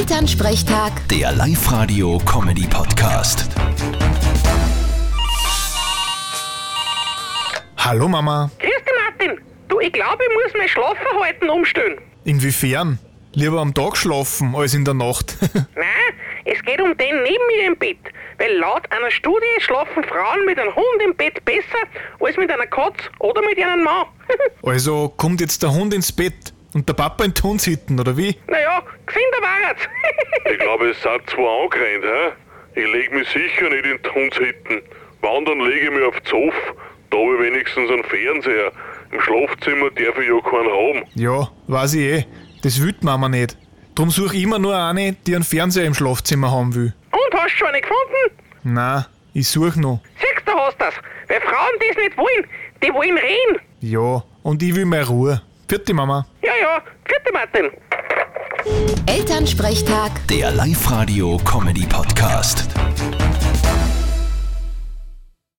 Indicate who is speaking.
Speaker 1: Elternsprechtag,
Speaker 2: Der Live-Radio-Comedy-Podcast.
Speaker 3: Hallo Mama.
Speaker 4: Grüß dich, Martin. Du, ich glaube, ich muss mein Schlafverhalten umstellen.
Speaker 3: Inwiefern? Lieber am Tag schlafen als in der Nacht.
Speaker 4: Nein, es geht um den neben mir im Bett. Weil laut einer Studie schlafen Frauen mit einem Hund im Bett besser als mit einer Katze oder mit einem Mann.
Speaker 3: also kommt jetzt der Hund ins Bett und der Papa in den Ton sitten, oder wie?
Speaker 4: naja, gefinder war es.
Speaker 5: Ich glaube, es sind zwei angerannt, hä? Ich leg mich sicher nicht in den Hundshitten. Wann, dann lege ich mich auf den Zoff. Da habe ich wenigstens einen Fernseher. Im Schlafzimmer darf ich ja keinen haben.
Speaker 3: Ja, weiß ich eh. Das will die Mama nicht. Drum suche ich immer nur eine, die einen Fernseher im Schlafzimmer haben will.
Speaker 4: Und hast du schon eine gefunden?
Speaker 3: Na, ich suche noch.
Speaker 4: Siehst du, hast das. Weil Frauen das nicht wollen. Die wollen reden.
Speaker 3: Ja, und ich will meine Ruhe. Vierte Mama.
Speaker 4: Ja, ja. Vierte Martin.
Speaker 1: Elternsprechtag.
Speaker 2: Der Live-Radio-Comedy-Podcast.